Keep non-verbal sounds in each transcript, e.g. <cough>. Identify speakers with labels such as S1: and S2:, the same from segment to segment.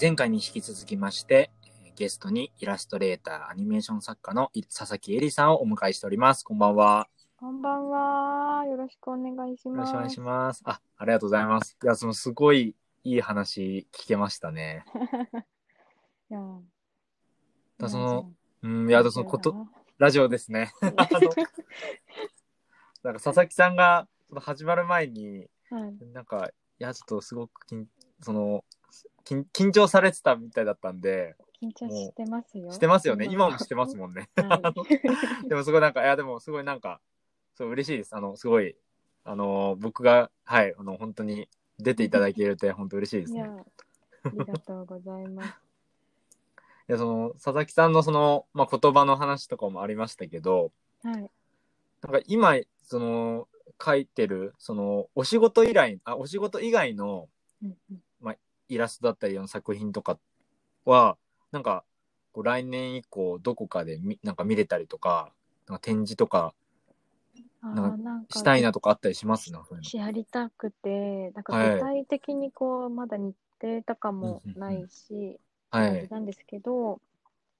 S1: 前回に引き続きまして、えーゲストにイラストレーター、アニメーション作家のい佐々木絵里さんをお迎えしております。こんばんは。
S2: こんばんは。よろしくお願いし
S1: よ
S2: ま
S1: ろし
S2: す。
S1: くお願いします。あ、ありがとうございます。いや、そのすごいいい話聞けましたね。
S2: いや
S1: だ
S2: ー
S1: その、うん、いや、だそのこと、。ラジオですね。
S2: いい
S1: あ
S2: な
S1: のなんか佐々木さんが、その始まる前に、
S2: はい。
S1: なんか、いや、ちょっとすごく緊、その、緊緊張されてたみたいだったんで、
S2: 緊張してますよ。
S1: してますよね。今もしてますも
S2: も
S1: んね。
S2: ん。は
S1: <laughs>
S2: い
S1: でもすごいなんか、いや、でもすごいなんか、そう嬉しいです。あの、すごい、あの、僕が、はい、あの、本当に出ていただけるって、本当嬉しいです
S2: い
S1: ね
S2: や。ー、ありがとうございます。
S1: いや、その、佐々木さんのその、まあ、言葉の話とかもありましたけど、
S2: はい。
S1: なんか今、その、書いてる、その、お仕事以来、あ、お仕事以外の
S2: うんうん
S1: イラストだったりの作品とかは、なんか、こう来年以降、どこかでみ、なんか見れたりとか、なんか展示とか
S2: あ
S1: なんか
S2: ーなんか
S1: したいなとかあったりしますね。そういうの
S2: やりたくて、なんか
S1: はい
S2: 具体的にこう、まだ日程とかもないし、
S1: は
S2: 感じ
S1: い。
S2: なんですけど、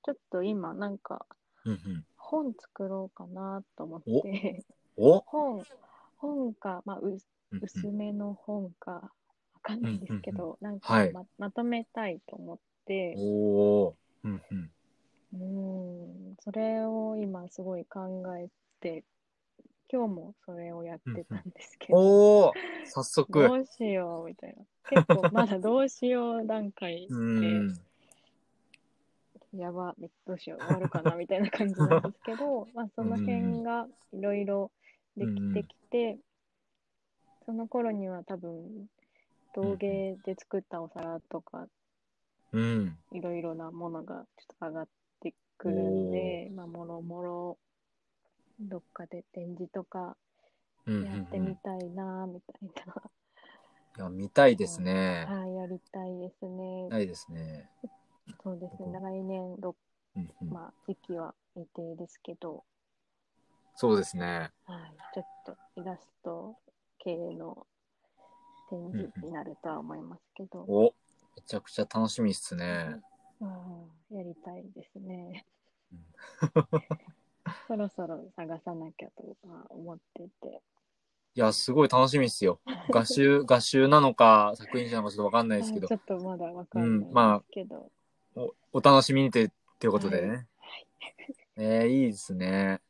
S2: ちょっと今、なんか
S1: うんうん、
S2: 本作ろうかなと思っ
S1: お
S2: て。
S1: お
S2: 本本か、まあ、う
S1: うんうん
S2: 薄めの本かわかんないですけど、なんかま,、
S1: はい
S2: まとめたいと思って
S1: おおー。うんうん。
S2: うんそれを今すごい考えて今日もそれをやってたんですけど、
S1: おお。早速。
S2: どうしようみたいな結構まだどうしよう段階
S1: うん。
S2: でやばめどうしよう終わるかなみたいな感じなんですけ <laughs> どまあその辺がいろいろできてきて、その頃には多分陶芸で作ったお皿とか
S1: うん。
S2: いろいろなものがちょっと上がってくるんで、まあ、もろもろどっかで展示とか
S1: うんうん
S2: やって
S1: うん。
S2: み
S1: い
S2: たいなみたい
S1: や、見たいですね。
S2: な、はいやりたいですね、
S1: ないですね。
S2: そうですね来年どっ、
S1: うんうん
S2: まあ、時期は未定ですけど、
S1: そうですね。
S2: はい、ちょっとイラスト系の展示になるとは思いますけど、
S1: お。めちゃくちゃ楽しみっすね。
S2: うんやりたいですね
S1: うん
S2: <laughs>
S1: <laughs>
S2: そろそろ探さなきゃとか思ってて
S1: いや、すごい楽しみっすよ。画
S2: <laughs>
S1: 集、画集なのか、作品集なのかちょっとわかんないですけど
S2: ちょ、っとまだわかんない
S1: うんまあ
S2: ですけど、
S1: おお楽しみにというということでね。
S2: は
S1: えー、いいですね。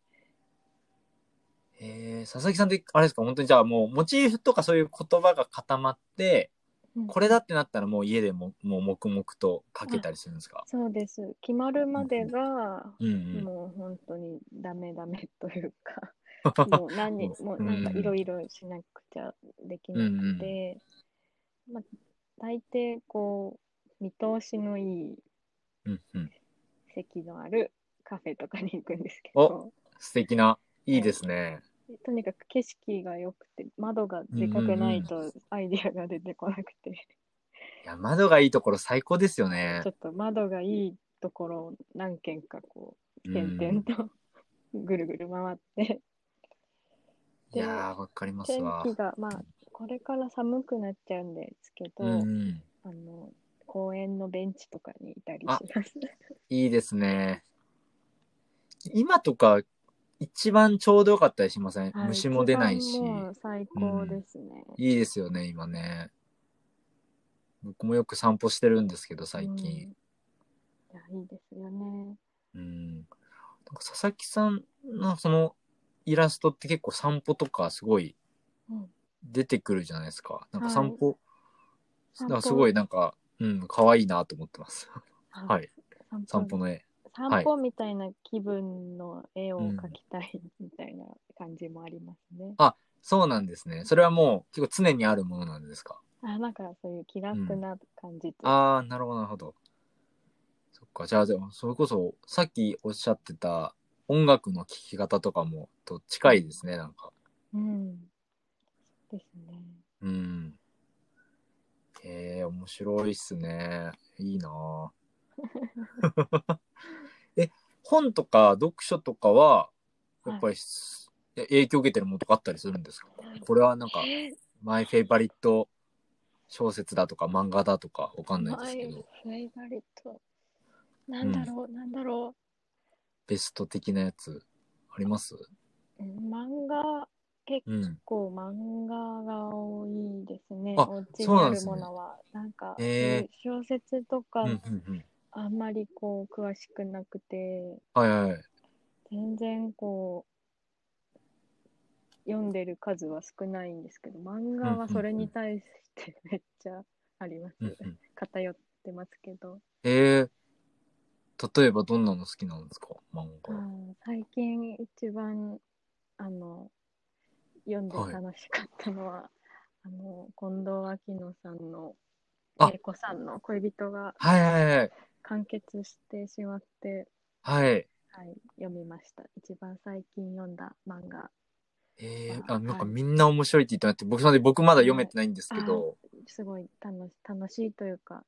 S1: えー、佐々木さんって、あれですか、本当にじゃあもう、モチーフとかそういう言葉が固まって、
S2: うん
S1: これだってなったらもう家でも、もう黙々と書けたりするんですか
S2: そうです決まるまでが、
S1: うんうん。
S2: もう本当にダメダメという
S1: <laughs>
S2: かもう何
S1: うん
S2: もうなんかいろいろしなくちゃできなくて、まあ、大抵こう見通しのいい
S1: うんうん。
S2: 席のあるカフェとかに行くんですけど
S1: 素敵な、いいですね。
S2: とにかく景色が良くて窓がでかくないとアイディアが出てこなくて、
S1: いや、窓がいいところ最高ですよね
S2: ちょ。っと窓がいいところを何軒かこ
S1: う
S2: う点々
S1: ん、
S2: とぐるぐる回って
S1: いやー、わかります
S2: 天
S1: わ。
S2: 気がまあこれから寒くなっちゃうんですけど、
S1: うんうん。
S2: あの公園のベンチとかにいたりし
S1: あ
S2: ます。
S1: いいですね。今とか、一番ちょうどよかったりしません、
S2: <laughs> はい
S1: 虫も出ないし
S2: 一。番もう最高ですね。
S1: いいですよね、今ね。僕もよく散歩してるんですけど、最近。
S2: うん。いやいいですよね。
S1: うん。なんか佐々木さんのそのイラストって結構散歩とかすごい
S2: うん
S1: 出てくるじゃないですか。なんか
S2: はい
S1: 散歩、
S2: 散
S1: なん
S2: 歩
S1: かすごいなんか、うん、可愛いなと思ってます。
S2: は、
S1: はいい。
S2: 散
S1: 散
S2: 歩
S1: 歩の絵。
S2: 散歩みたいな気分の絵を描きたいみたいな感じもありますね。
S1: そうなんですね。それはもう結構常にあるものなんですか。
S2: あなんかそういう気楽な感じと、
S1: ああ、なるほど、なるほど。そっか、じゃあ、でも、それこそ、さっきおっしゃってた音楽の聴き方とかも、と近いですね、なんか。
S2: うん、そうですね。
S1: うん。へえ、面白いっすね。いいなぁえ、本とか読書とかは、やっぱりす、え影響受けてるものとかあったりするんですかこれはなんか、マイフェイバリット小説だとか漫画だとかわかんないですけど、
S2: フェイバリット。なんだろう、なんだろ
S1: ベスト的なやつあります
S2: う。うん漫画、結
S1: うん。
S2: 構漫画が多いですね。
S1: あ
S2: お家
S1: そう
S2: に
S1: な
S2: あ
S1: んで
S2: る
S1: すね
S2: ものは。なんか、
S1: へ
S2: 小説と
S1: う
S2: か
S1: んうんうん。
S2: あんまりこう詳しくなくて、
S1: はいはいはい。
S2: 全然こう、読んでる数は少ないんですけど、漫画はそれに対して <laughs> めっちゃあります。
S1: うんうん
S2: 偏ってますけど。
S1: えー、例えばどんなの好きなんですか漫
S2: う
S1: 画。
S2: ん最近一番あの読んで
S1: はい
S2: 楽しかったのは、
S1: <laughs>
S2: あの近藤秋乃さんの
S1: あ
S2: 英子さんの恋人が
S1: はいはいはい。
S2: 完結してしまって、
S1: はい。
S2: はい、読みました一番最近読んだ漫画
S1: えー、
S2: あ
S1: あ、なんか
S2: はい
S1: みんな面白いって言ってもらって、僕、なんで僕まだ読めてないんですけど、
S2: すごい楽し楽しいというか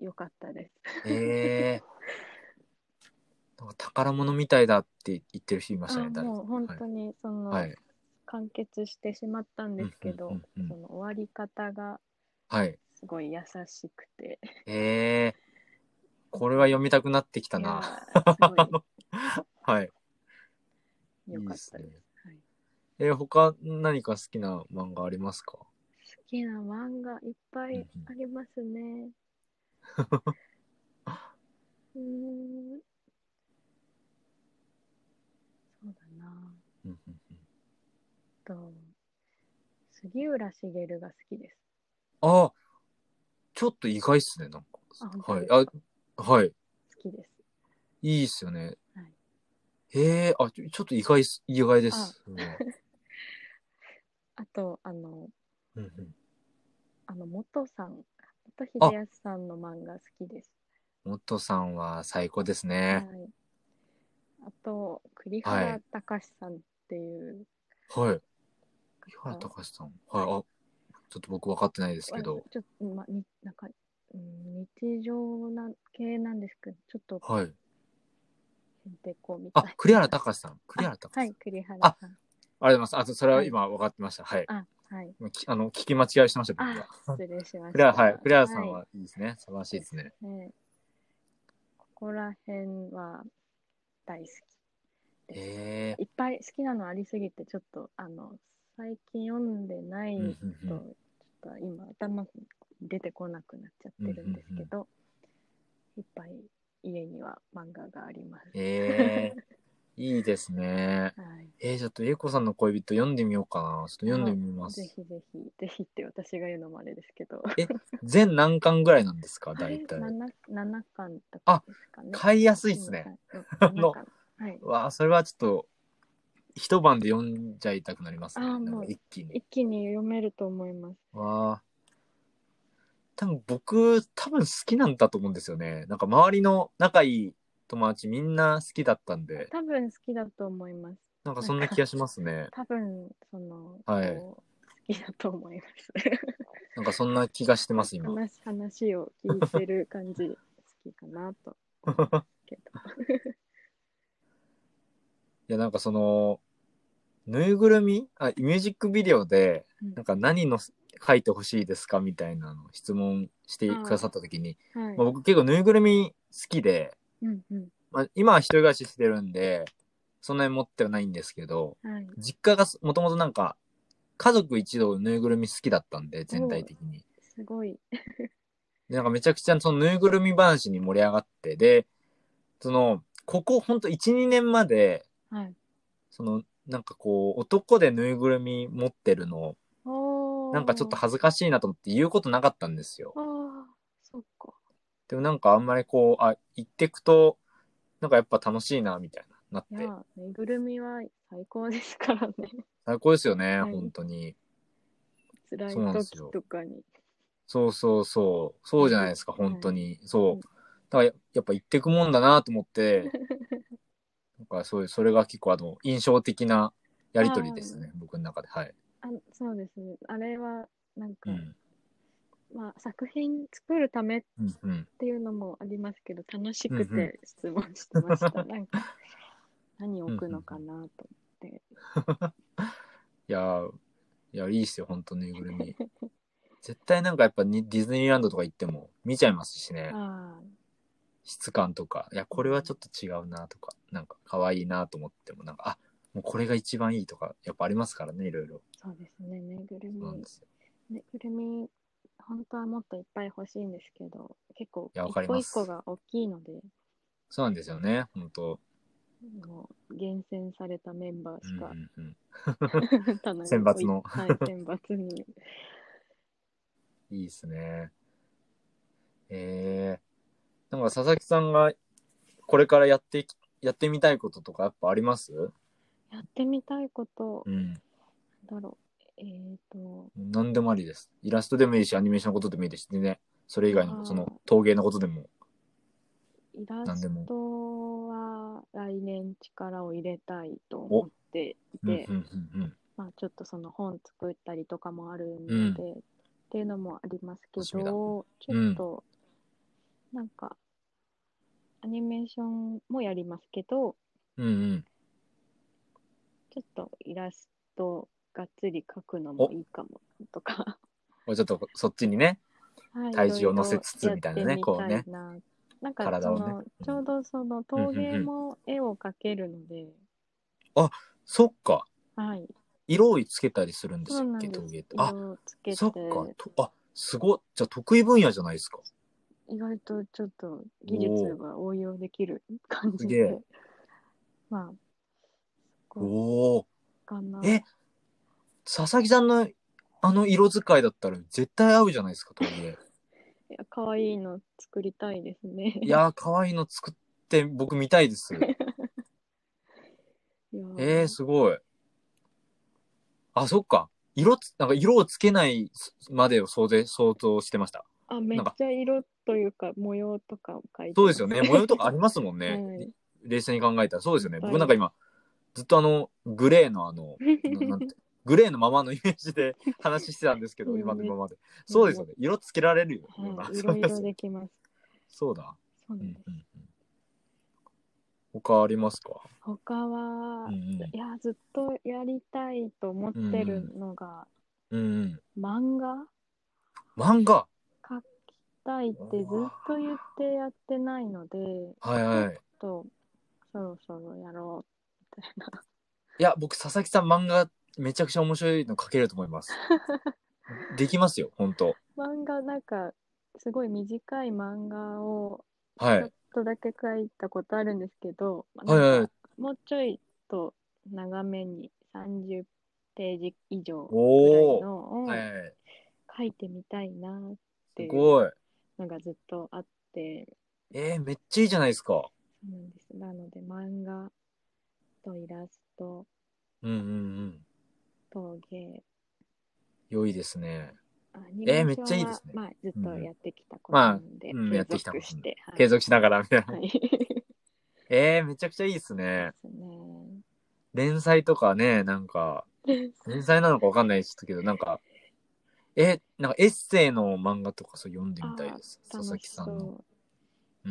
S2: 良かったです
S1: えー、 <laughs> なんか宝物みたいだって言ってる人いましたね、
S2: あ
S1: 誰か
S2: もう本当にその、
S1: はい。
S2: 完結してしまったんですけど、
S1: うんうんうんうん
S2: その終わり方が
S1: はい。
S2: すごい優しくて
S1: えー、これは読みたくなってきたな。
S2: いやー
S1: <laughs>
S2: すごい
S1: はい。
S2: 良
S1: い
S2: かったで
S1: いっ
S2: す
S1: すね
S2: はい、好
S1: えー、他何か好きな漫画ありますか
S2: きな漫画いっぱいありま
S1: <laughs>
S2: すね。うーん。そうだな。
S1: うんうんうん
S2: あと、杉浦茂が好きです。
S1: ああ、ちょっと意外っすね、なんか
S2: あ本。当
S1: は
S2: で
S1: い
S2: す。か
S1: あ、はい。
S2: 好きです。
S1: いいっすよね。
S2: はい
S1: へえ、あ、ちょちょっと意外っす、意外です。うん
S2: あと、あの、
S1: うんうん
S2: あの、元さん、元秀康さんの漫画好きです。
S1: モットさんは最高です
S2: はい
S1: ね。。
S2: あと、栗
S1: は
S2: 原
S1: い
S2: 隆さんっていう
S1: はい。木
S2: 方
S1: 原隆さん。はい、あ、ちょっと僕分かってないですけど。
S2: ちょっと、まあ、になんか、うん、日常な系なんですけど、ちょっと
S1: はい。
S2: へんてこみたい
S1: あ
S2: な。、
S1: 栗原隆さん。栗原隆さん。
S2: は
S1: あ
S2: い、栗原
S1: あ
S2: さん。
S1: りがとうございます。あ、そそれは今分かってました。はい。
S2: あ、はい。
S1: きあの、聞き間違いしてました、僕
S2: あ
S1: は。、
S2: 失礼しまし
S1: 栗原、
S2: た。
S1: はい。栗原さん
S2: い
S1: はいいですね。素晴らしいですね。
S2: ねここら辺は大好
S1: へえ
S2: き。いっぱい好きなのありすぎて、ちょっと、あの、最近読んでない
S1: うん
S2: と、
S1: うん
S2: ち
S1: う
S2: ょ
S1: ん。
S2: っと今、頭に出てこなくなっちゃってるんですけど、いっぱい家には漫画があります。
S1: ええいいですね。
S2: はい。
S1: えー、ちょっと、英子さんの恋人読んでみようかな。ちょっと読んでみま
S2: ぜ
S1: す。
S2: ひぜひ、ぜひって私が言うのもあれですけど。
S1: 全何巻ぐらいなんですか大体。
S2: 7, 7巻とかですかね。
S1: 買いやすいですね。 <laughs>
S2: うん。7巻はい。
S1: わあ、それはちょっと、一晩で読んじゃいたくなりますね。
S2: あ
S1: な
S2: ー
S1: ん
S2: も
S1: か
S2: う
S1: 一気に。
S2: 一気に読めると思います。
S1: わあ。多分僕、多分好きなんだと思うんですよね。なんか周りの仲いい友達みんな好きだったんで、
S2: 多分好きだと思います。
S1: なんかそんな気がしますね。
S2: 多分、その、
S1: はい
S2: こう好きだと思います。
S1: <laughs> なんかそんな気がしてます、
S2: <laughs>
S1: 今。
S2: 話話を聞いてる感じ、好きかなと思いますけど。
S1: いや、なんかその、ぬいぐるみあ、ミュージックビデオで、
S2: うん
S1: なんか何の書いてほしいですかみたいなのを質問してくださった時に、
S2: はい
S1: まあ、。僕結構ぬいぐるみ好きで、
S2: うんうん。
S1: まあ、今は一人暮らししてるんで、そんなに持ってはないんですけど、
S2: はい。
S1: 実家がもともとなんか、家族一同ぬいぐるみ好きだったんで、全体的に。
S2: すごい。
S1: で、なんかめちゃくちゃそのぬいぐるみ話に盛り上がって、で、その、ここほんと1、2年まで、
S2: はい。
S1: その、なんかこう、男でぬいぐるみ持ってるの、
S2: おー
S1: なんかちょっと恥ずかしいなと思って言うことなかったんですよ
S2: あ。あ、そっか。
S1: でもなんかあんまりこう、あ、行ってくと、なんかやっぱ楽しいな、みたいな、な
S2: い
S1: って。
S2: や、ぬいぐるみは最高ですから
S1: <laughs>
S2: ね。
S1: 最高ですよね、
S2: はい
S1: 本当に。
S2: 辛い
S1: そうなんで
S2: 時
S1: すよ
S2: とかに。
S1: そうそうそう。そうじゃないですか、本当に。
S2: う
S1: そ
S2: ん
S1: う。だからややっぱ行ってくもんだなと思って、 <laughs> なんかそういう、それが結構あの、印象的なやりとりですね、僕の中で。はい。
S2: あそうですね。あれは、なん
S1: う
S2: か、
S1: ん。
S2: まあ、作品作るためっ
S1: うん、うん。
S2: ていうのもありますけど、楽しく
S1: うんう
S2: て質問してました。
S1: <laughs>
S2: なんか、何を置くのかなと。
S1: <laughs> いやー、いや、いいっすよ、本当ぬいぐるみ。絶対なんかやっぱにディズニーランドとか行っても見ちゃいますしね。
S2: あ
S1: 質感とか。いや、これはちょっと違うなとか、なんか可愛いなと思っても、なんか、あ、もうこれが一番いいとか、やっぱありますからね、いろいろ。
S2: ーそうですね、ぬいぐるみ
S1: そう。なんですよ。
S2: ぬいぐるみ、本当はもっといっぱい欲しいんですけど、結構、
S1: いやわかり
S2: 一個
S1: ま
S2: 一
S1: す
S2: 個が大きいので、
S1: そうなんですよね、本当
S2: もう厳選されたメンバー
S1: うん
S2: し
S1: う
S2: か、
S1: んうん。
S2: <laughs> ただ
S1: 選抜の
S2: はい、選抜に。
S1: いいですね。えー、なんか佐々木さんがこれからやっていきやってみたいこととかやっぱあります
S2: やってみたいこと
S1: う、ん。
S2: なんだろう。えーと、
S1: 何でもありです。イラストでもいいし、アニメーションのことでもいいですしね。それ以外
S2: あー
S1: の、その陶芸のことでも。
S2: イラ
S1: なんで
S2: ス
S1: も
S2: トは来年力を入れたいと思ってい
S1: うんう
S2: て、
S1: んうん
S2: まあ、ちょっとその本作ったりとかもあるので、
S1: うん
S2: っていうのもありますけど
S1: 楽し
S2: ち
S1: みだ
S2: ょっと、なんかアニメーションもやりますけど
S1: うん。うんうん。
S2: ちょっとイラストがっつり描くのもいいかもとか、
S1: もうちょっとそっちにね。
S2: はい
S1: 体重を乗せつつみたいなね
S2: いろいろ
S1: こうね
S2: やってみたいななんかそ
S1: 体をね
S2: の、
S1: うん
S2: ちょうどその陶芸も絵を描けるので、
S1: そっか。
S2: はい、
S1: 色をつけたりするんです
S2: そう
S1: っ
S2: なん
S1: け、
S2: で
S1: 陶芸っ
S2: す
S1: て。あ、
S2: 色をつけて
S1: そっか。とあ、すごい。じゃあ得意分野じゃないですか。
S2: 意外とちょっと技術が応用できる感じ
S1: すげえ
S2: で、まあ、そこ
S1: おお。
S2: かな。
S1: え佐々木さんのあの色使いだったら絶対合うじゃないですか、陶
S2: <laughs>
S1: 芸。
S2: いや可愛いの作りたいですね。
S1: いやー、可愛いの作って僕見たいです。
S2: <laughs> いやー
S1: えー、すごい。あ、そっか。色つ、なんか色をつけないまでを想像、想像してました。
S2: あ、めっちゃ色というか模様とかを描いて
S1: そう
S2: ま
S1: ですよね。模様とかありますもんね。
S2: <laughs> はい
S1: 冷静に考えたら。そうですよね。
S2: は
S1: 僕
S2: い
S1: なんか今、ずっとあの、グレーのあ
S2: <laughs>
S1: の、ななんてグレーのままのイメージで話してたんですけど、
S2: うん
S1: 今の今まで。そうですよね。色つけられるよね。今
S2: <laughs> はい、い
S1: そ
S2: ろ
S1: う
S2: い
S1: で
S2: ろ
S1: す
S2: できます。
S1: <laughs> そうだ。
S2: そう
S1: う
S2: なん
S1: うんん
S2: です。
S1: うん。他ありますか
S2: 他は、
S1: うんうん
S2: いや、ずっとやりたいと思ってるのが、
S1: うんうん。
S2: 漫画
S1: 漫画
S2: 描きたいってずっと言ってやってないので、
S1: はいはい。
S2: と、そろそろやろう、みたいな。
S1: いや、僕、佐々木さん漫画めちゃくちゃ面白いの書けると思い
S2: <laughs>
S1: ます。できますよ、本当
S2: <laughs> 漫画、なんか、すごい短い漫画を、
S1: は
S2: ちょ
S1: い
S2: っ。とだけ書いたことあるんですけど、
S1: はいはい
S2: なんかもうちょいと長めに30ページ以上ぐら
S1: お
S2: い
S1: ー
S2: のを
S1: はいはいはい。
S2: 書いてみたいなっ
S1: す
S2: ていう
S1: ごい。
S2: のがずっとあって、
S1: えー、めっちゃいいじゃないですか。
S2: そうなんです。なので、漫画とイラスト、
S1: うんうんうん。
S2: 陶芸、
S1: 良いですね。
S2: アニメ
S1: えー
S2: ー
S1: めっ
S2: ションは、
S1: ちゃいいですね
S2: まあ、ずっと
S1: うん
S2: やってきたことなんで、
S1: まあうんやって
S2: 継
S1: きたこ
S2: 続
S1: と
S2: して、はい
S1: 継続しながらみたいな。
S2: はい。で
S1: えー、めちゃくちゃいいです <laughs> ね。
S2: すね。
S1: 連載とかね、なんか、連載なのかわかんないですけど、なんか、え、なんかエッセイの漫画とかそう読んでみたいです。佐々
S2: 楽
S1: 木
S2: し
S1: さ
S2: そ
S1: んの。
S2: う。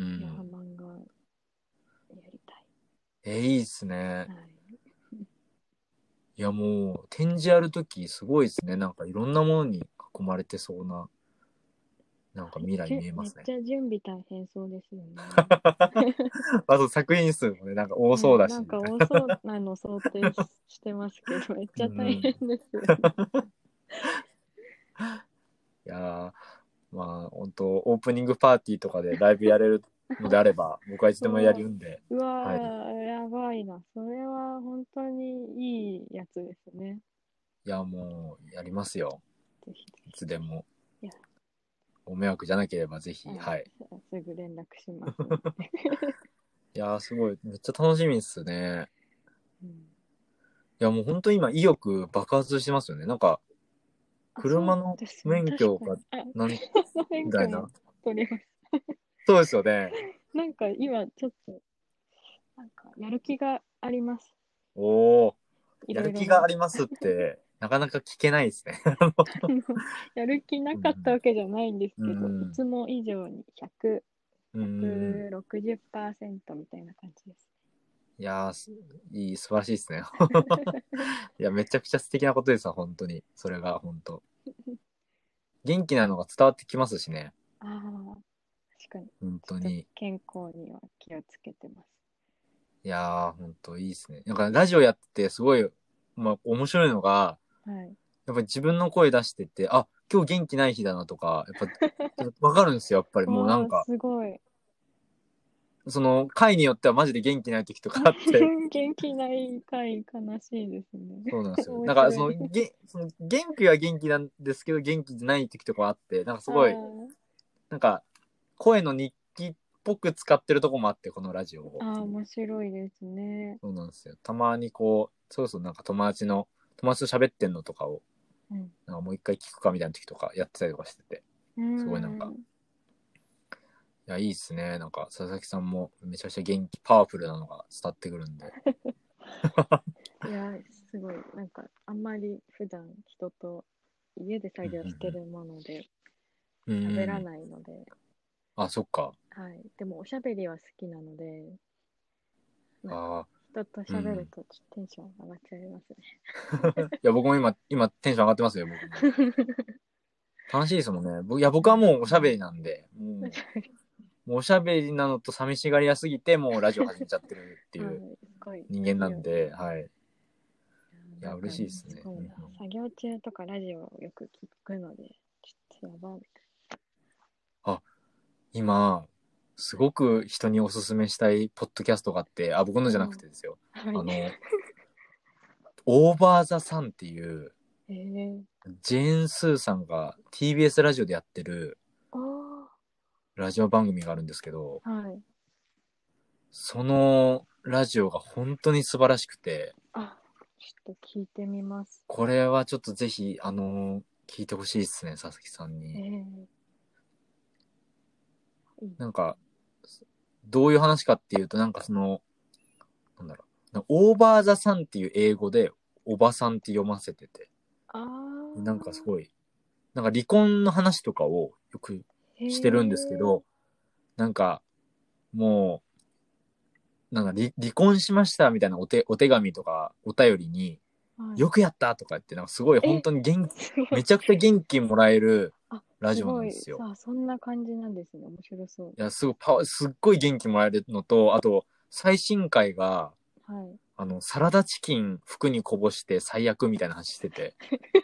S1: う
S2: いや、
S1: ん。
S2: 漫画やりたい。
S1: えー、いいですね。
S2: はい。
S1: いやもう展示やるときすごいですね。なんかいろんなものに囲まれてそうな、なんか未来見えますね
S2: め。っちゃ準備大変そうですよね。
S1: <laughs> あと作品数もね、なんか <laughs> 多そうだし、
S2: なんか多そうなの想定ししてますけど、めっちゃ大変ですよね。
S1: いやー、まあ本当オープニングパーティーとかでライブやれるのであれば、僕はいつでもやるんで、
S2: うわー、やばいな。それは本当にいいやつですね。
S1: いやもうやりますよ。
S2: ぜひぜひ
S1: いつでも
S2: いや。
S1: ご迷惑じゃなければぜひ、はい。。
S2: すぐ連絡し
S1: <laughs>
S2: ます、
S1: いやー、すごい。めっちゃ楽しみですね。
S2: うん
S1: いやもう本当今意欲爆発してますよね。なんか、 <laughs> 車の免許が、なん、み
S2: あそうですね確かにあ
S1: たい
S2: 免許
S1: な
S2: も。取れます
S1: そうですよね。
S2: なんか今ちょっと、なんかやる気があります。
S1: おお、
S2: い
S1: や
S2: ろい
S1: る
S2: ろ
S1: 気がありますって、 <laughs> なかなか聞けないですね。
S2: あの
S1: <laughs>
S2: やる気なかったわけじゃないんですけど、
S1: うん
S2: いつも以上に100、
S1: うん。
S2: 160%みたいな感じです。
S1: いやーすいい、素晴らしいですね。 <laughs> いや、めちゃくちゃ素敵なことですわ、本当に。それが、本当。元気なのが伝わってきますしね。
S2: ああ、確かに。
S1: 本当に。
S2: 健康には気をつけてます。
S1: いやー、本当いいですね。なんかラジオやっててすごい、まあ面白いのが、
S2: はい。
S1: やっぱり自分の声出してて、あ、今日元気ない日だなとか、やっぱ、
S2: <laughs>
S1: わかるんですよ、やっぱり。もうなん
S2: わあ
S1: か、
S2: すごい。
S1: その、回によってはマジで元気ない時とかあ
S2: <laughs>
S1: って。
S2: 元気ない回、悲しいですね。
S1: そうなんですよ。
S2: 面白い
S1: なんか、その、げその元気は元気なんですけど、元気じゃない時とかあって、なんかすごい
S2: あ、ー
S1: なんか、声の日記っぽく使ってるとこもあって、このラジオを。
S2: あー、面白いですね。
S1: そうなんですよ。たまにこう、そろそろなんか友達の、友達と喋ってんのとかを、
S2: うん
S1: なんかもう一回聞くかみたいな時とかやってたりとかしてて。すごいなんか
S2: う
S1: いや、いいっすね。なんか、佐々木さんもめちゃくちゃ元気、パワフルなのが伝わってくるんで。
S2: いや、すごい。なんか、あんまり普段人と家で作業してるもので、
S1: うん
S2: 喋らないので、
S1: あ、そっか。
S2: はい。でも、おしゃべりは好きなので、
S1: あ
S2: 人と喋るとちょっとテンション上がっちゃいますね。
S1: <laughs> あ。いや、僕も今、今テンション上がってますよ、僕も。楽しいですもんね。僕いや、僕はもうおしゃべりなんで、もう、もうおしゃべりなのと寂しがり屋すぎて、もうラジオ始めちゃってるってい
S2: <laughs> は
S1: う
S2: い、すごい。
S1: 人間なんで、はい。いや
S2: なんか
S1: 嬉しいですね
S2: ごいな
S1: うん
S2: 作業中とかラジオをよく聞くので、ちょっとやばい。
S1: 今、すごく人におすすめしたいポッドキャストがあって、あ、僕のじゃなくてですよ。あ
S2: は
S1: の
S2: い。、
S1: オーバーザさんっていう、
S2: えー、
S1: ジェーン・スーさんが TBS ラジオでやってる
S2: あ
S1: ラジオ番組があるんですけど、
S2: あ、はい。
S1: そのラジオが本当に素晴らしくて、
S2: あ、ちょっと聞いてみます。
S1: これはちょっとぜひ、あの聞いてほしいですね、佐々木さん
S2: え
S1: に。
S2: ー、
S1: なんか、どういう話かっていうと、なんかその、なんだろう、オーバーザさんっていう英語で、おばさんって読ませてて、
S2: ああ。
S1: なんかすごい、なんか離婚の話とかをよくしてるんですけど、なんか、もう、なんか離離婚しましたみたいなお手お手紙とかお便りに、
S2: へー、
S1: よくやったとか言って、なんかすごい
S2: え
S1: 本当に元
S2: すごい
S1: 気、めちゃくちゃ元気もらえる
S2: あ
S1: ラジオなんですよ
S2: ごいさあそんな感じなんですね。面白そう。
S1: いや、すごいパワー、すっごい元気もらえるのと、あと、最新回が、
S2: はい。
S1: あの、サラダチキン服にこぼして最悪みたいな話してて、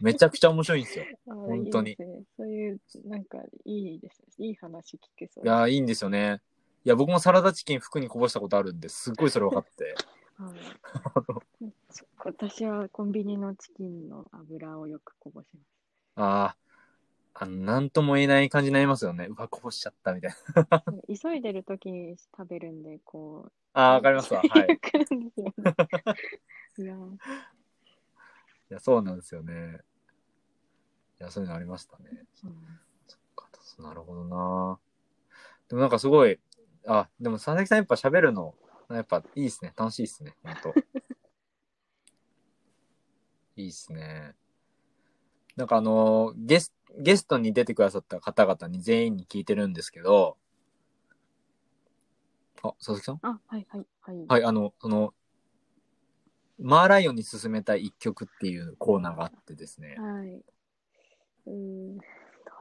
S1: めちゃくちゃ面白いんですよ。
S2: あー
S1: 本当に
S2: いいですね。そういう、なんか、いいですね。いい話聞けそう。
S1: いや、いいんですよね。いや、僕もサラダチキン服にこぼしたことあるんで、すっごいそれ分かって。
S2: はいそっか私はコンビニのチキンの油をよくこぼし
S1: ああ、あの、なんとも言えない感じになりますよね。うわ、こぼしちゃったみたいな。
S2: ます。急いでる時に食べるんで、こう。
S1: ああ、わかりますわ。はい。い
S2: くるんですよねいやー
S1: や、そうなんですよね。いや、そういうのありましたね。
S2: うん
S1: そっか、そうなるほどな。でもなんかすごい、あ、でも佐々木さんやっぱ喋るの、やっぱいいですね。楽しいですね。ほんと。 <laughs> いいですね。なんかあの、ゲスゲストに出てくださった方々に全員に聞いてるんですけど、あ、佐々木さん
S2: あ、はいはいはい。
S1: はい、あの、その、マーライオンに勧めたい一曲っていうコーナーがあってですね、
S2: はい。うーん、どう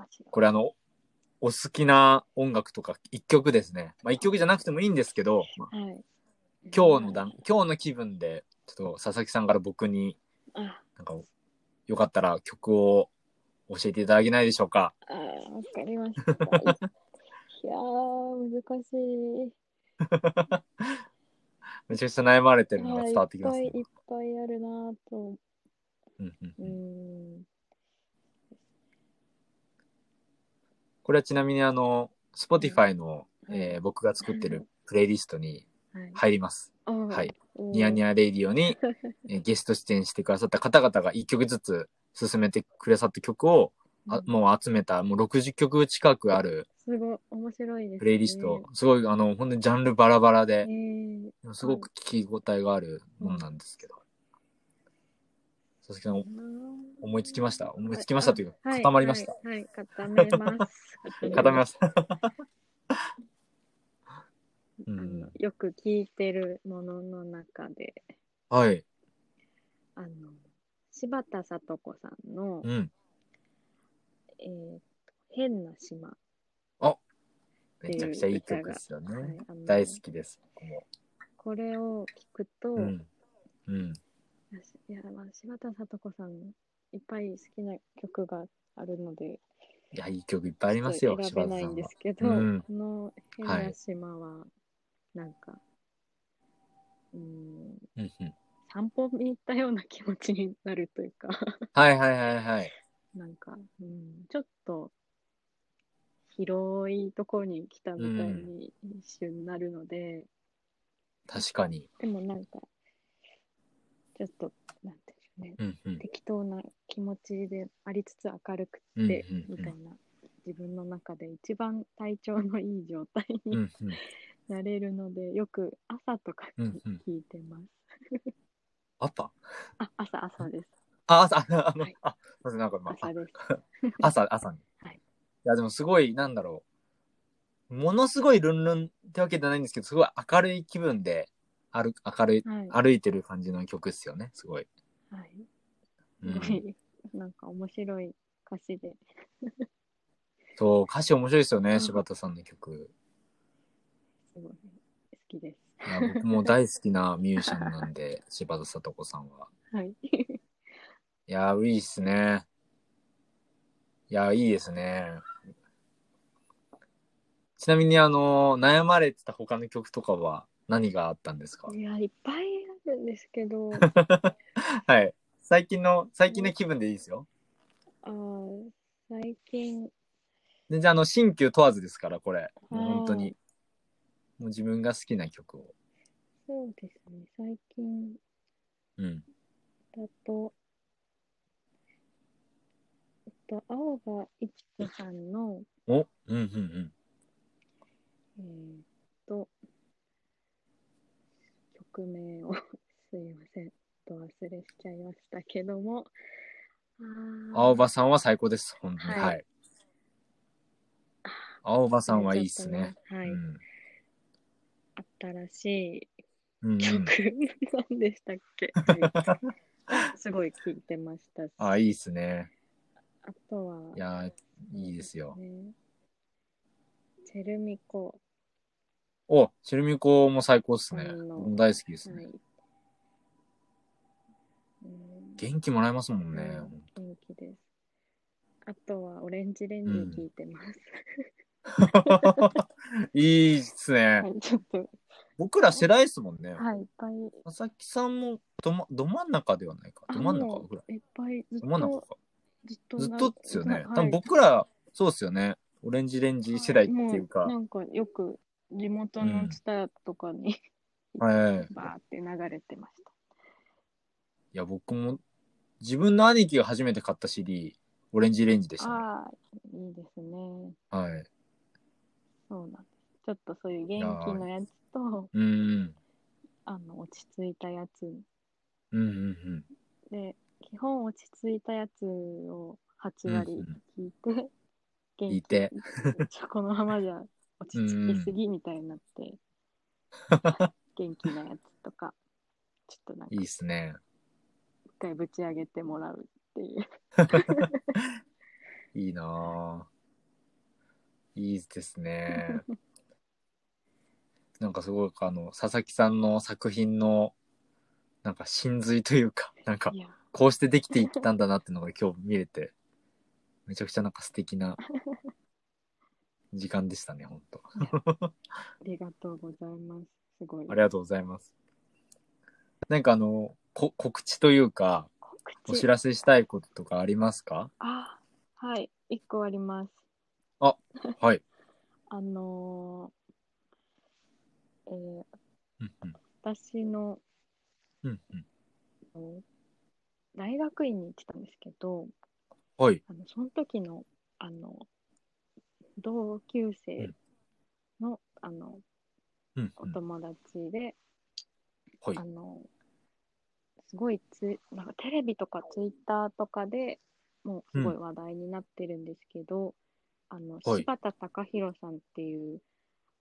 S2: しよ
S1: これあの、お好きな音楽とか一曲ですね。まあ一曲じゃなくてもいいんですけど、まあ
S2: う。はい。
S1: 今日の段、今日の気分で、ちょっと佐々木さんから僕に、
S2: あ、
S1: なんか、よかったら曲を教えていただけないでしょうか。
S2: あー、わかりました。いやー、難しい。
S1: めちゃくちゃ悩まれてるのが
S2: はい
S1: 伝わってきます、
S2: い
S1: ね
S2: っぱいいっぱいあるなぁと。
S1: うんうん
S2: うー
S1: うん
S2: ん。
S1: これはちなみにあの、Spotify の、えー僕が作ってるプレイリストに
S2: はい。
S1: 入ります。
S2: あー
S1: はい。
S2: うん
S1: ニヤニヤレイディオにえーゲスト出演してくださった方々が1曲ずつ進めてくださった曲を、あ
S2: うん
S1: もう集めたもう60曲近くある
S2: すごい、面白いです、ね。
S1: プレイリスト、すごいあの本当にジャンルバラバラ
S2: え
S1: で、
S2: ー、
S1: すごく聞き応えがあるものなんですけど、佐々木さん思いつきました思いつきましたというか
S2: は
S1: 固まりました。
S2: はい、はい固めます。。
S1: 固めますす
S2: <laughs>
S1: う
S2: あ
S1: ん
S2: の、よく聞いてるものの中で、
S1: はい
S2: あの、柴田聡子さんの、
S1: うん
S2: えー変な島、
S1: めちゃくちゃいい曲ですよ
S2: は
S1: ね
S2: い。あの
S1: 大好きです、僕も。
S2: これを聞くと、
S1: うん。うん。
S2: いや、まあ、柴田聡子さん、いっぱい好きな曲があるので、
S1: いや、いい曲いっぱいありますよ、
S2: ちょっと
S1: 柴
S2: 選
S1: 田
S2: べない
S1: さ
S2: ん
S1: ん
S2: で
S1: は
S2: す。けど、
S1: うん
S2: この変な島は、なんか、うん、
S1: うんうん
S2: 散歩に行ったような気持ちになるというか、 <laughs>
S1: はいはいはいはい。
S2: なんか、うん、ちょっと、広いところに来たみたいに一瞬なるので、
S1: 確かに。
S2: でもなんか、ちょっと、なんていうんでしょうね、
S1: うんうん。
S2: 適当な気持ちでありつつ明るく
S1: うん
S2: って、
S1: うんうん
S2: みたいな自分の中で一番体調のいい状態
S1: う
S2: に
S1: んうん。
S2: なれるので、よく朝とか
S1: うんうん
S2: 聞いてます。
S1: あった
S2: あ朝朝です
S1: あ、朝、あの
S2: はい、
S1: あ、すいませんなんか今、
S2: 朝です。
S1: あ朝、朝に。
S2: はい
S1: いや、でもすごい、なんだろう。ものすごいルンルンってわけじゃないんですけど、すごい明るい気分で、歩、明るい、
S2: はい、
S1: 歩いてる感じの曲っすよね、すごい。
S2: はい、
S1: う
S2: すご
S1: ん、
S2: いなんか面白い歌詞で、
S1: そう、歌詞面白いですよ
S2: う
S1: ね、
S2: ん
S1: 柴田さんの曲。
S2: すごい好きです。
S1: いや僕も大好きなミュージシャンなんで、柴田さと子さんは。
S2: はい、
S1: いやー、いいっすね。いやー、いいですね。ちなみに、あのー悩まれてた他の曲とかは何があったんですか
S2: <laughs> いやいっぱいあるんです
S1: <laughs>
S2: けど、
S1: はい。最近の、最近の気分でいいですよ。
S2: あー最近、
S1: 全然あの、新旧問わずですから、これ。もう
S2: はい
S1: 本当に。もう自分が好きな曲を。
S2: そうですね、最近
S1: うん。
S2: だと、えっと、青葉一子さんの、
S1: おうんうんうん。
S2: えーっと、曲名を <laughs> すいません、と忘れしちゃいましたけども、あー
S1: 青葉さんは最高です、本当に。
S2: はい
S1: はい。青葉さんはいいっす
S2: 忘れ
S1: ね。
S2: ちゃったな
S1: う
S2: はい、
S1: ん。
S2: 新し
S1: うんうん
S2: い
S1: <laughs>
S2: 曲、 <laughs> 何でしたっけ、はい、すごい聴いてましたし、
S1: あ、いいっすね。、
S2: あとはい
S1: やー、いいですよ。
S2: ね、チェルミコ
S1: お、チェルミコも最高っすね。
S2: うん
S1: 僕も大好きです
S2: はい
S1: ね。。
S2: うん
S1: 元気もらえますもんね。
S2: うん元気です。あとはオレンジレンジ聞いてます。
S1: い <laughs> いっすね
S2: は。い、ちょっと、
S1: 僕ら世代っすもんね。
S2: はい、いっぱい。
S1: 佐々木さんもど,、ま、ど真ん中ではないか。
S2: あ
S1: ど真ん中
S2: も
S1: ぐらい。
S2: ういっぱいずっ
S1: ど真ん中
S2: と
S1: か。
S2: ずっと
S1: ずっ
S2: な
S1: とっすよね。
S2: な
S1: 多分僕ら、そうっすよね。オレンジレンジ世代っていうか
S2: は。もなんかよく地元のツタヤとかに、
S1: はい。
S2: バーって流れてました。
S1: いや、僕も、自分の兄貴が初めて買った CD、オレンジレンジでした、ね。
S2: ああ、いいですね。
S1: はい。
S2: そうなんです。ちょっとそういう元気のやつと、
S1: うんうん。
S2: あの、落ち着いたやつ
S1: うんうんうん。
S2: で基本落ち着いたやつを8
S1: うんう
S2: 割
S1: ん
S2: 聞い
S1: <laughs>
S2: て、元気
S1: 聞いて
S2: ちょこのままじゃ落ち着きすぎみたいになって、
S1: <laughs>
S2: 元気なやつとかちょっとなんか
S1: いいっすね。
S2: 一回ぶち上げてもらうっていう
S1: いいなぁ。いいですね。なんかすごい、あの、佐々木さんの作品の、なんか真髄というか、なんか
S2: い、や
S1: こうしてできていったんだなってのが今日見れて、めちゃくちゃなんか素敵な時間でしたね、本当。
S2: ありがとうございますすごい
S1: ありがとうございます。なんかあの、こ告知というか、
S2: 告
S1: お
S2: 知
S1: 知らせしたいこととかありますか
S2: あはい1個あります
S1: はい。
S2: あのーえー
S1: うんうん
S2: 私の
S1: うんうん
S2: あの大学院に行ってたんですけど、
S1: はい。
S2: あのその時のあの同級生の,、あの
S1: うんう
S2: お
S1: ん
S2: 友達で、
S1: はい
S2: あ。のすごいつなんかテレビとかツイッターとかでもうすごい話題になってるんですけど、あの
S1: はい
S2: 柴田隆弘さんっていう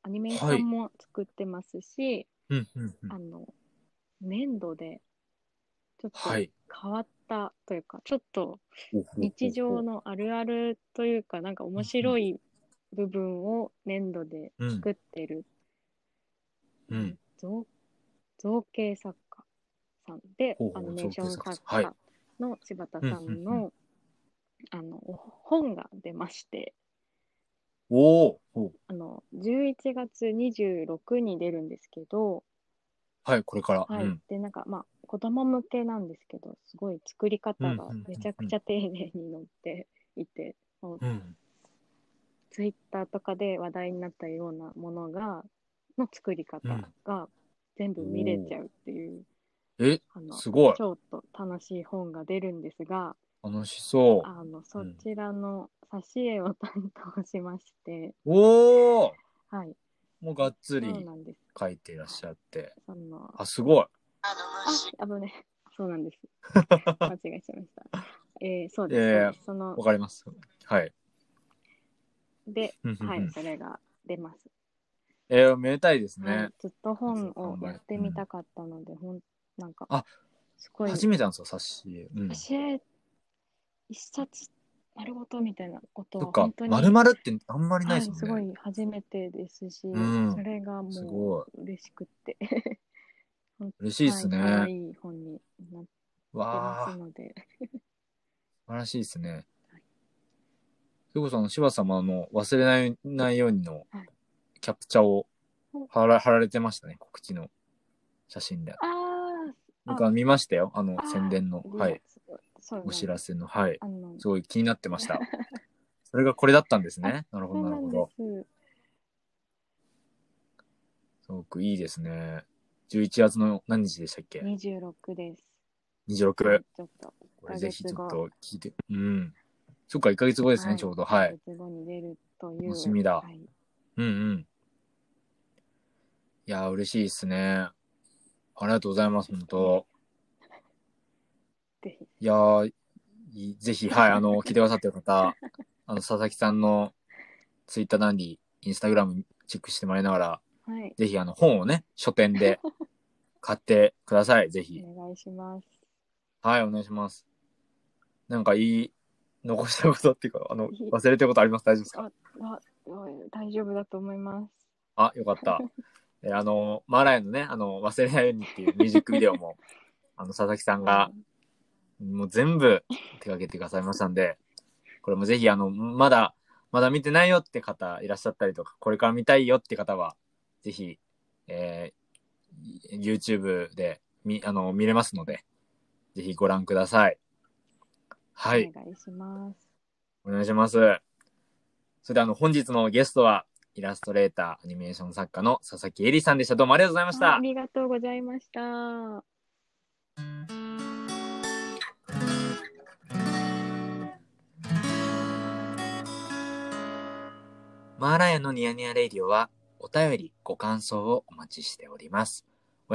S2: アニメーシ
S1: は
S2: ョ
S1: い
S2: ンも作ってますし、
S1: うんうんうん
S2: あの粘土でちょっと
S1: はい。
S2: 変わったというか、ちょっと日常のあるあるというか、なんか面白い部分を粘土で作ってる
S1: うん。
S2: 造造形作家さんで
S1: ほう、ほ
S2: ア
S1: う
S2: ニメーション
S1: 造形
S2: 作
S1: 作家
S2: 家の柴田さん
S1: うんうん
S2: の、あの、本が出まして、
S1: おーおー
S2: あの、11月26に出るんですけど、
S1: はい、これから。
S2: はい。
S1: うん。
S2: で、なんか、まあ、子供向けなんですけど、すごい作り方がめちゃくちゃ丁寧に載っていて、
S1: うん。
S2: ツイッターとかで話題になったようなものが、の作り方が全部見れちゃうっていう、
S1: え、
S2: あの、
S1: すごい
S2: ち。ょっと楽しい本が出るんですが、
S1: 楽しそう。
S2: あの、そちらの挿絵を担当しまして、
S1: おお
S2: はい。
S1: もうがっつ
S2: そう
S1: り
S2: なんです。
S1: 書いていらっしゃって。
S2: その、
S1: あ、すごい。
S2: あ、危ね。そうなん
S1: <laughs>
S2: です。間違えちゃいました。えーそうです。
S1: いやいや
S2: そうですその
S1: わ、かります。はい。
S2: で、
S1: うんうん
S2: は
S1: う
S2: い、
S1: ん
S2: それが出ます。
S1: えー、めでたいです
S2: は
S1: ね
S2: い。、ずっと本をやってみたかったので、ほん、なんか、
S1: あ
S2: すごい、
S1: 初めてなんですよ、冊子。うん。
S2: 私、一冊丸ごとみたいなこと
S1: そっ
S2: は、
S1: か
S2: 本、当に、
S1: 丸々ってあんまりない
S2: は
S1: で
S2: い、
S1: すもんね。
S2: すごい初めてですし、
S1: うん
S2: それが
S1: す
S2: も
S1: ごいう
S2: 嬉しくって、
S1: 嬉しいですね。
S2: <laughs> はい、可愛い本になって
S1: わ
S2: ま
S1: あ、
S2: す
S1: 素
S2: ので、
S1: 晴らしいですね
S2: はい。
S1: それこそあの、柴様の忘れないないようにの
S2: はい
S1: キャプチャーを貼ら貼られてましたね、告知の写真で。
S2: ああ
S1: 僕は見ましたよ、あの
S2: あー
S1: 宣伝の、
S2: ー、
S1: はい、
S2: すごい、そうな
S1: お
S2: んです
S1: 知らせの、はい、
S2: あの、
S1: すごい気になってま
S2: <laughs>
S1: した。それがこれだったんですね。なるほ
S2: そう
S1: ど、なる
S2: な
S1: ほ
S2: ん
S1: ど。
S2: です。
S1: すごくいいですね。11月の何日でしたっけ
S2: 26です。
S1: ?26。
S2: ちょっと、
S1: これぜひちょっ
S2: 一ヶ
S1: と聞いて。うん。そっか、1ヶ月後ですね、
S2: はい
S1: ちょうど。はい。
S2: 月後に出るという。
S1: 楽しみだ
S2: はい、
S1: うんうん。いやー、嬉しいですね。ありがとうございます、本当
S2: ぜひ。
S1: いやー、いぜひ、はい、あ
S2: <laughs>
S1: の、聞いてくださってる方、あの、佐々木さんのツイッターなり、インスタグラムチェックしてもらいながら、
S2: はい。
S1: ぜひ、あの、本をね、書店で買ってください、ぜひ。
S2: お願いします。
S1: はい、お願いします。なんか、いい、残したことっていうか、あの
S2: いい、
S1: 忘れてることあります大丈夫ですか
S2: わうん大丈夫だと思います。
S1: あ、よかった。えーあの、マーライオンのね、あの、忘れないようにっていうミュージックビデオも、 <laughs> あの、佐々木さんが、もう全部手掛けてくださいましたんで、これもぜひ、あの、まだ、まだ見てないよって方いらっしゃったりとか、これから見たいよって方は、ぜひ、えー YouTube で、み、あの、見れますので、ぜひご覧ください。はい。
S2: お願いします。
S1: お願いします。それではあの本日のゲストはイラストレーター、アニメーション作家の佐々木恵里さんでした。どうもありがとうございまし
S2: あ
S1: た
S2: あ。りがとうございました。
S1: マーラヤのニヤニヤレイディオはお便り、ご感想をお待ちしております。